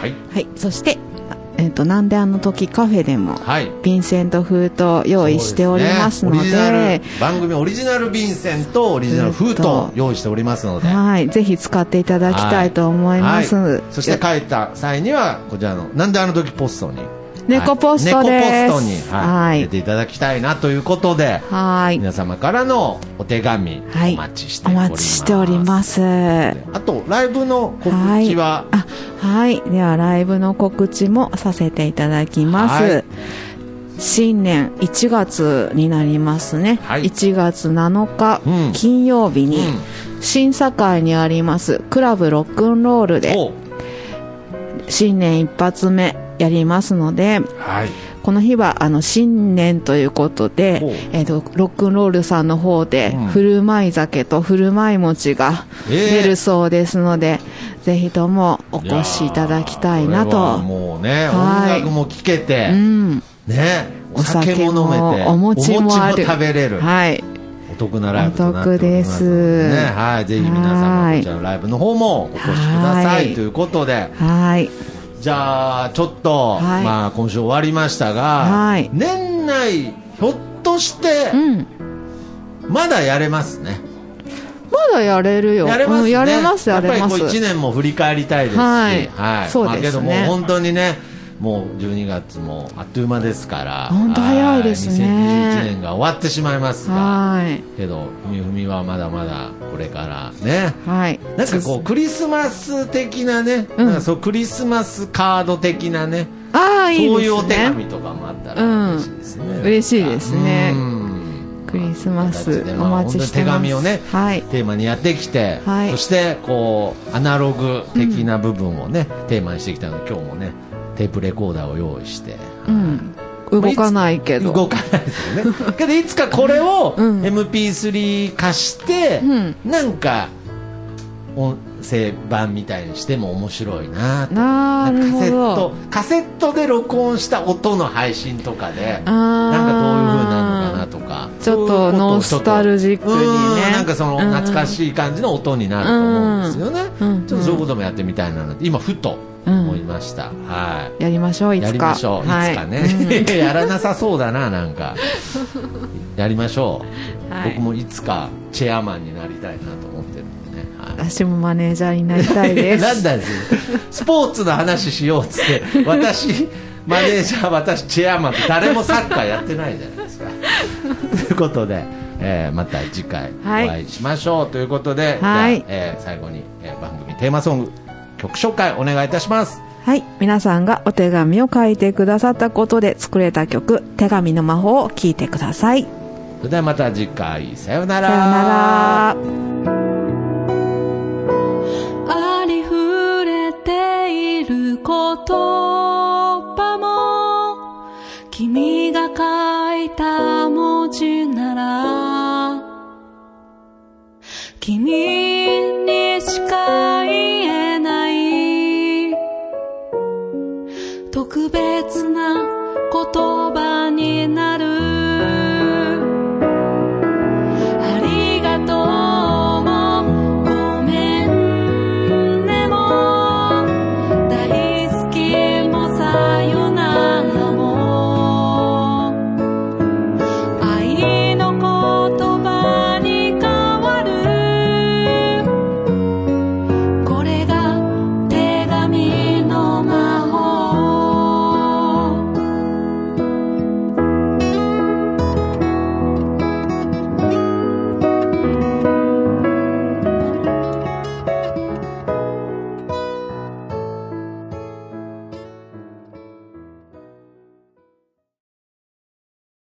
はい。
はい。そして、えっ、と、なんであの時カフェでも、
はい。
ヴィンセント封筒用意しておりますの
そう
で、
すねオリジナル番組オリジナル便箋とオリジナル封筒
封筒
用意しておりますので、
はい、ぜひ使っていただきたいと思います。
はいそして書いた際にはこちらの「なんであの時ポストに」
猫ポストです
はい猫ポストに、はい
はい
入れていただきたいなということで
はい、
皆様からのお手紙、
はい
お待ちして
お
おります
待ちしております。
あとライブの告知は、
あ、はい、ではライブの告知もさせていただきます。
はい
新年1月になりますね。
はい
1月7日、
うん
金曜日に、
う
審査会にありますクラブロックンロールで
お
新年一発目やりますので、
はい
この日はあの新年ということで
ほう、
えー、とロックンロールさんの方で、
うん
振る舞い酒と振る舞い餅が
ええ
出るそうですので、ぜひともお越しいただきたいな
やーこれは
と。
もうね音
はい
楽も聴けて、
うん、
ねお
お酒
酒も
も
飲めて
お餅もある
お餅も食べれる、
はい、
お得なライブとなっておりますので、
お
ね
得です
はい、ぜひ皆様
はい
こちらのライブの方もお越しくださ
はいい
ということで
はい、
じゃあちょっと、
はい
まあ、今週終わりましたが、
はい
年内ひょっとして
うん、
まだやれますね、
まだやれるよ。
やれますね、
うんやれます、やれ
やっ
ま
ぱりこう1
す。
年も振り返りたいですし、
はいそう
まあ、
ですね
けどもう本当にねもう12月もあっという間ですから
本当早いですね
はい2021年が終わってしまいますが
はい、
けどふみふみはまだまだこれからね
はい、
なんかこうクリスマス的なね、なんかそうクリスマスカード的なね
ああ、いいですね。
そういうお手紙とかもあったら嬉しいですね、
うん嬉しいですね
うん
クリスマス
形で、
お
まあ
待ちしてます。
本当に手紙をね、
はい、
テーマにやってきて、
はい
そしてこうアナログ的な部分をね、テーマにしてきたので今日もねテープレコーダーを用意して、
うん、動かないけど。
動かないですよねけどいつかこれを
うん
MP3 化して、
うん
なんか音声版みたいにしても面白いなと
なる
カ
ほ
セッ
ど
ト。カセットで録音した音の配信とかで
あー
なんかどういう風なのかなとか
ちょ
そうい
っと
うことを
ノ
ちょっ
ス
と
タルジックにね
うんなんかその
うん
懐かしい感じの音になると思うんですよね、
うんうん
ちょっとそういうこともやってみたいななんて今ふと思いました、はい
やりましょう、いつか。
やりましょう、、
はい
つかね、 やらなさそうだななんかやりましょう、
はい
僕もいつかチェアマンになりたいなと思ってるんでね、はい
私もマネージャーになりたいで す。
なんだよスポーツの話しようっつって私マネージャー私チェアマンって誰もサッカーやってないじゃないですかということで、えーまた次回お
はい
会いしましょうということで、
はい
じゃあえー最後に、えー番組テーマソング曲紹介お願いいたします
はい皆さんがお手紙を書いてくださったことで作れた曲「手紙の魔法」を聴いてください
それではまた次回さような
さようなら